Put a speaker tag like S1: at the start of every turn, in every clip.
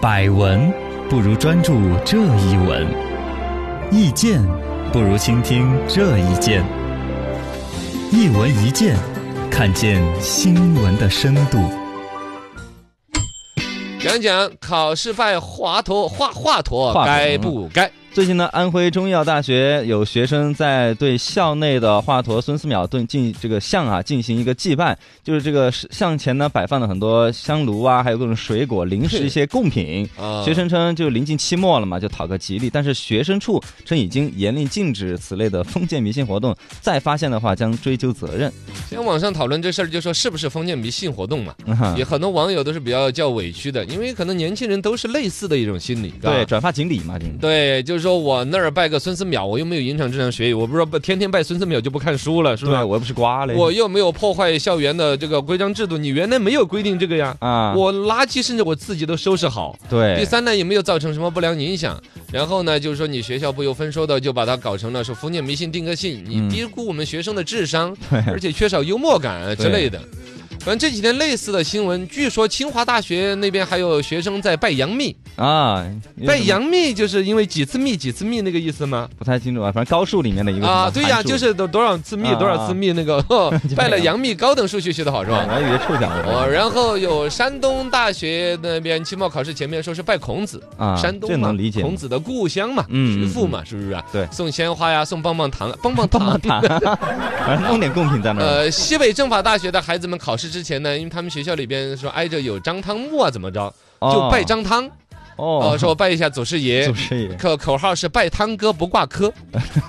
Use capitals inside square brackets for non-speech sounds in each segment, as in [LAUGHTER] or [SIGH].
S1: 百闻不如专注这一闻，意见不如倾听这一见。一闻一见，看见新闻的深度。
S2: 讲讲考试犯华佗华华佗
S3: 华佗
S2: 该不该？
S3: 最近呢，安徽中医药大学有学生在对校内的华佗孙思邈对进这个像啊进行一个祭拜，就是这个是像前呢摆放了很多香炉啊，还有各种水果、零食一些贡品。
S2: 啊
S3: 嗯学生称就临近期末了嘛，就讨个吉利，但是学生处称已经严令禁止此类的封建迷信活动，再发现的话将追究责
S2: [LAUGHS]
S3: 任。
S2: 现在网上讨论这事儿，就说是不是封建迷信活动嘛？
S3: 嗯哼
S2: 也很多网友都是比较较委屈的，因为可能年轻人都是类似的一种心理，是吧
S3: 对，转发锦鲤嘛，这
S2: 对，就是说我那儿拜个孙思邈，我又没有影响正常学业，我不知道不天天拜孙思邈就不看书了，是
S3: 对
S2: 吧？
S3: 我又不是瓜嘞，
S2: 我又没有破坏校园的这个规章制度，你原来没有规定这个呀。
S3: 啊，
S2: 我垃圾甚至我自己都收拾好。第
S3: 对，
S2: 三呢，也没有造成什么不良影响。然后呢，就是说你学校不由分说的就把它搞成了说封建迷信定个性，你
S3: 嗯
S2: 低估我们学生的智商，
S3: [LAUGHS] 对
S2: 而且缺少幽默感啊之
S3: 对
S2: 类的。反正这几天类似的新闻，据说清华大学那边还有学生在拜杨幂，
S3: 啊，
S2: 拜杨幂就是因为几次幂几次幂那个意思吗？
S3: 不太清楚啊，反正高数里面的一个
S2: 啊，
S3: 什么
S2: 对呀、
S3: 函数
S2: 就是多多少次幂
S3: 啊
S2: 多少次幂那个， [LAUGHS] 呵
S3: [LAUGHS] 就
S2: 拜了
S3: 那样
S2: 杨幂，高等数学学得好是吧？
S3: [LAUGHS] 我还以为抽奖
S2: 哦，
S3: 了
S2: 然后有山东大学那边期末考试前面说是拜孔子，
S3: 啊，
S2: 山
S3: 这
S2: 东嘛
S3: 能理，解。
S2: 孔子的故乡嘛，
S3: 嗯
S2: 徐父
S3: 嗯
S2: 嘛，是不是啊？
S3: 对
S2: 送鲜花呀，送棒棒
S3: [LAUGHS]
S2: 糖，啊棒棒糖。
S3: 塔，反正弄点贡品在那儿。
S2: 啊呃，西北政法大学的孩子们考试之前呢，因为他们学校里边说挨着有张汤墓啊，怎么着，就
S3: 哦
S2: 拜张汤，
S3: 哦
S2: 哦，，
S3: [LAUGHS]
S2: 说我拜一下祖师爷
S3: 祖。
S2: [LAUGHS]
S3: 师爷，
S2: 口口号是拜汤哥不挂
S3: [LAUGHS]
S2: 科，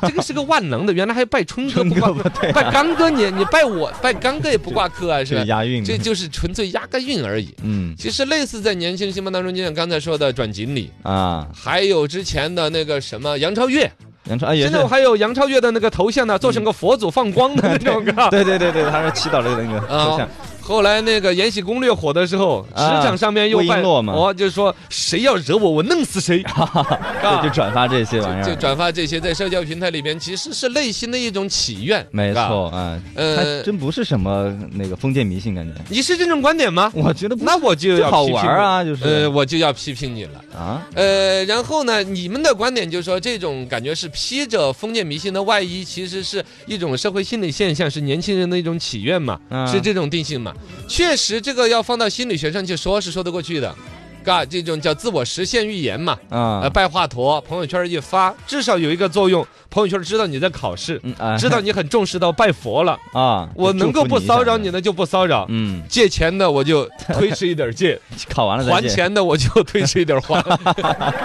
S2: 这个是个万能的。原来还有拜春哥
S3: 春
S2: 不
S3: [LAUGHS] 哥
S2: 挂
S3: 不对
S2: 科，拜刚哥你你拜我拜刚哥也不挂科啊，是
S3: 这
S2: 吧？
S3: 押韵的，
S2: 这就是纯粹押个韵而已。
S3: 嗯
S2: 其实类似在年轻人心目当中，就像刚才说的转锦鲤，
S3: 啊，
S2: 还有之前的那个什么杨超越，
S3: 杨超哎也
S2: 现
S3: 是
S2: 在我，还有杨超越的那个头像呢，做成个佛祖放光的那种啊。
S3: [LAUGHS] 对对对对，他是祈祷了那个
S2: 啊
S3: 头像，
S2: 后来那个《延禧攻略》火的时候，职
S3: 啊
S2: 场上面又
S3: 魏璎
S2: 办，
S3: 珞嘛
S2: 哦，就是说谁要惹我，我弄死
S3: [LAUGHS]
S2: 谁，
S3: 对，就
S2: 啊
S3: 转发这些玩意
S2: 就
S3: 儿，
S2: 转发这些在社交平台里面，其实是内心的一种祈愿，
S3: 没
S2: 是吧。
S3: 错啊，
S2: 呃
S3: 还，真不是什么那个封建迷信感觉，
S2: 你是这种观点吗？
S3: 我觉得不
S2: 那我就要
S3: 就好
S2: 批评
S3: 玩
S2: 你
S3: 儿。啊，就
S2: 呃，
S3: 是
S2: 我就要批评你了。
S3: 啊，
S2: 呃，然后呢，你们的观点就是说，这种感觉是披着封建迷信的外衣，其实是一种社会心理现象，是年轻人的一种祈愿嘛，
S3: 嗯
S2: 是这种定性嘛？确实，这个要放到心理学上去说，是说得过去的。嘎，这种叫自我实现预言嘛，呃，
S3: 啊，
S2: 拜华佗，朋友圈一发，至少有一个作用，朋友圈知道你在考试，
S3: 嗯 [LAUGHS] 啊
S2: 知道你很重视到拜佛了，
S3: 啊，
S2: 我能够不骚扰你
S3: 的，
S2: 呢就不骚扰，
S3: 嗯，
S2: 借钱的我就推迟一点
S3: [LAUGHS]
S2: 借，
S3: 考完了啊再
S2: 还
S3: 见，
S2: 钱的我就推迟一点
S3: [LAUGHS]
S2: 还，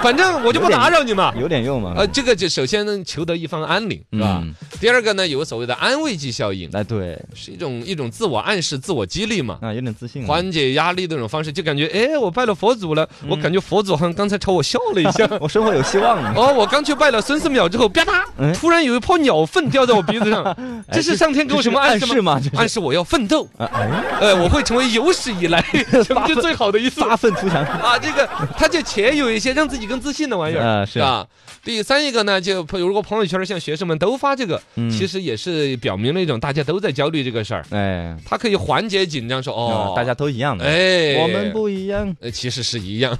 S2: 反正我就不打扰你嘛。
S3: 有点用嘛，
S2: 呃，这个就首先能求得一方安宁，是吧？
S3: 嗯？
S2: 第二个呢，有所谓的安慰剂效应，
S3: 哎，对，
S2: 是一种一种自我暗示、自我激励嘛，
S3: 啊，有点自信啊，
S2: 缓解压力的一种方式。就感觉，哎，我拜了佛祖了，
S3: 嗯
S2: 我感觉佛祖好像刚才朝我笑了
S3: [LAUGHS]
S2: 一下。
S3: 我生活有希望了。
S2: 哦，我刚去拜了孙思邈之后，啪嗒，
S3: 嗯 [LAUGHS]
S2: 突然有一泡鸟粪掉在我鼻子上，这是上天给我什么暗
S3: 暗
S2: 示吗？
S3: 示吗？哎这
S2: 暗
S3: 是
S2: 示我要奋斗，
S3: 啊哎，
S2: 呃，我会成为有史以
S3: [LAUGHS]
S2: 来成就最好的一次
S3: 发愤图强。
S2: 啊！这个，他就且有一些让自己更自信的玩意儿。
S3: 啊，
S2: 是
S3: 是，
S2: 吧？第三一个呢，就朋如果朋友圈像学生们都发这个，
S3: 嗯
S2: 其实也是表明了一种大家都在焦虑这个事儿，
S3: 哎，
S2: 它可以缓解紧张，说哦
S3: 啊，大家都一样的，
S2: 哎，
S3: 我们不一样。
S2: 呃，其实是一样，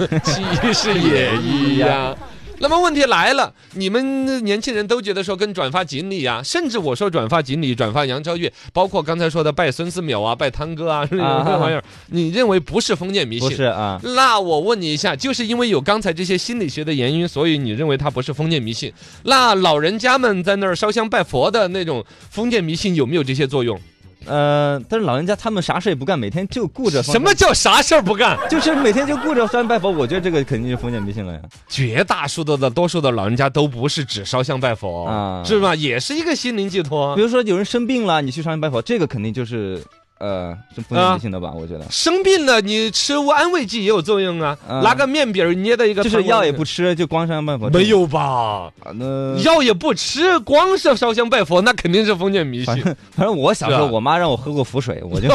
S2: 其
S3: [LAUGHS]
S2: 实也一样。那么问题来了，你们年轻人都觉得说跟转发锦鲤啊，甚至我说转发锦鲤、转发杨超越，包括刚才说的拜孙思邈啊、拜汤哥啊，这玩意儿，你认为不是封建迷
S3: 不
S2: 信？
S3: 是啊，
S2: 那我问你一下，就是因为有刚才这些心理学的原因，所以你认为它不是封建迷信？那老人家们在那儿烧香拜佛的那种封建迷信有没有这些作用？
S3: 呃，但是老人家他们啥事也不干，每天就顾着
S2: 什么，叫啥事儿不干？
S3: 就是每天就顾着三拜佛。我觉得这个肯定是封建迷信了呀。
S2: 绝大数的的多数的老人家都不是只烧香拜佛，
S3: 啊
S2: 是吧？也是一个心灵寄托
S3: 比。如说有人生病了，你去上香拜佛，这个肯定就是呃，是封
S2: 啊
S3: 建迷信的吧？我觉得，
S2: 生病了，你吃安慰剂也有作用啊，
S3: 啊
S2: 拿个面饼儿捏的一个
S3: 就
S2: 糖
S3: 是
S2: 果，
S3: 药也不吃，就光上香拜佛。
S2: 没有吧？
S3: 啊，那
S2: 药也不吃，光是烧香拜佛，那肯定是封建迷信。
S3: 反正我小时候，
S2: 是吧
S3: 我妈让我喝过符水，
S2: [LAUGHS]
S3: 我就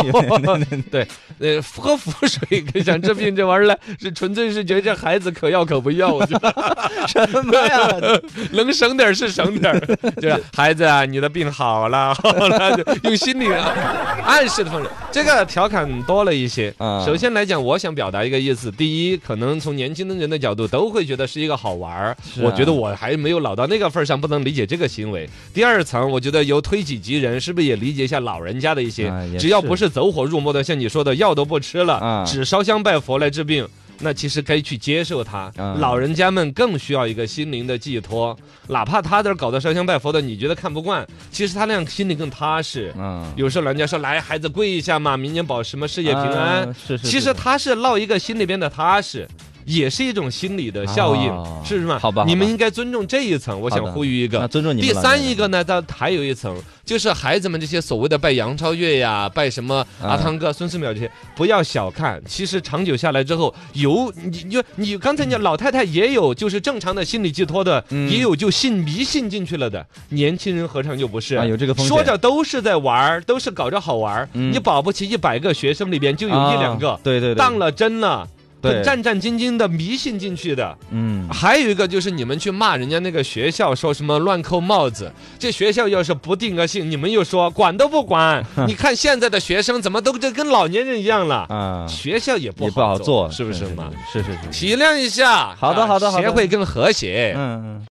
S3: [LAUGHS]
S2: 对，呃，喝符水 [LAUGHS] 跟想治病这玩意儿呢，是纯粹是觉得这孩子可要可不要，我觉得
S3: 什么呀？
S2: [LAUGHS] 能省点儿是省
S3: [LAUGHS]
S2: [LAUGHS]
S3: [LAUGHS]
S2: 点儿，就是孩子啊，你的病好了，好了，就用心理啊暗示的方人，这个调侃多了一些。
S3: 啊
S2: 首先来讲，我想表达一个意思：第一，可能从年轻人的角度都会觉得是一个好玩儿，
S3: 是啊
S2: 我觉得我还没有老到那个份儿上，不能理解这个行为。第二层，我觉得由推己及人，是不是也理解一下老人家的一些？
S3: 啊也
S2: 只要
S3: 是
S2: 不是走火入魔的，像你说的药都不吃了，
S3: 啊
S2: 只烧香拜佛来治病。那其实该去接受它，
S3: 啊
S2: 老人家们更需要一个心灵的寄托，哪怕他这儿搞得烧香拜佛的，你觉得看不惯，其实他那样心里更踏实。
S3: 嗯，
S2: 有时候老人家说：“来，孩子跪一下嘛，明年保什么事业平安。
S3: 啊是是是，
S2: 其实他是落一个心里边的踏实，也是一种心理的效应，
S3: 哦
S2: 是吗？
S3: 好吧好吧
S2: 你们应该尊重这一层，我想
S3: 好的
S2: 呼吁一
S3: 那
S2: 个。
S3: 尊重你们
S2: 第
S3: 老年人。
S2: 三一个呢，它还有一层，就是孩子们这些所谓的拜杨超越呀、拜什么阿
S3: 啊
S2: 汤哥、孙思邈这些，不要小看。其实长久下来之后，有你你你刚才你老太太也有就是正常的心理寄托的，
S3: 嗯
S2: 也有就信迷信进去了的。年轻人何尝就不是？
S3: 啊有这个风险
S2: 说着都是在玩儿，都是搞着好玩儿。
S3: 嗯
S2: 你保不齐一百个学生里边就有一
S3: 啊
S2: 两个
S3: 对对对，
S2: 当了真了，
S3: 对
S2: 很战战兢兢的迷信进去的。
S3: 嗯
S2: 还有一个就是你们去骂人家那个学校，说什么乱扣帽子，这学校要是不定个性，你们又说管都不
S3: [LAUGHS]
S2: 管。你看现在的学生怎么都这跟老年人一样了，
S3: 啊，
S2: 学校也不
S3: 也不好
S2: 做，
S3: 做，
S2: 是不是嘛？？
S3: 是是是，
S2: 体谅一下，
S3: 好的
S2: 啊
S3: 好的好的
S2: 协会更和谐。
S3: 嗯嗯。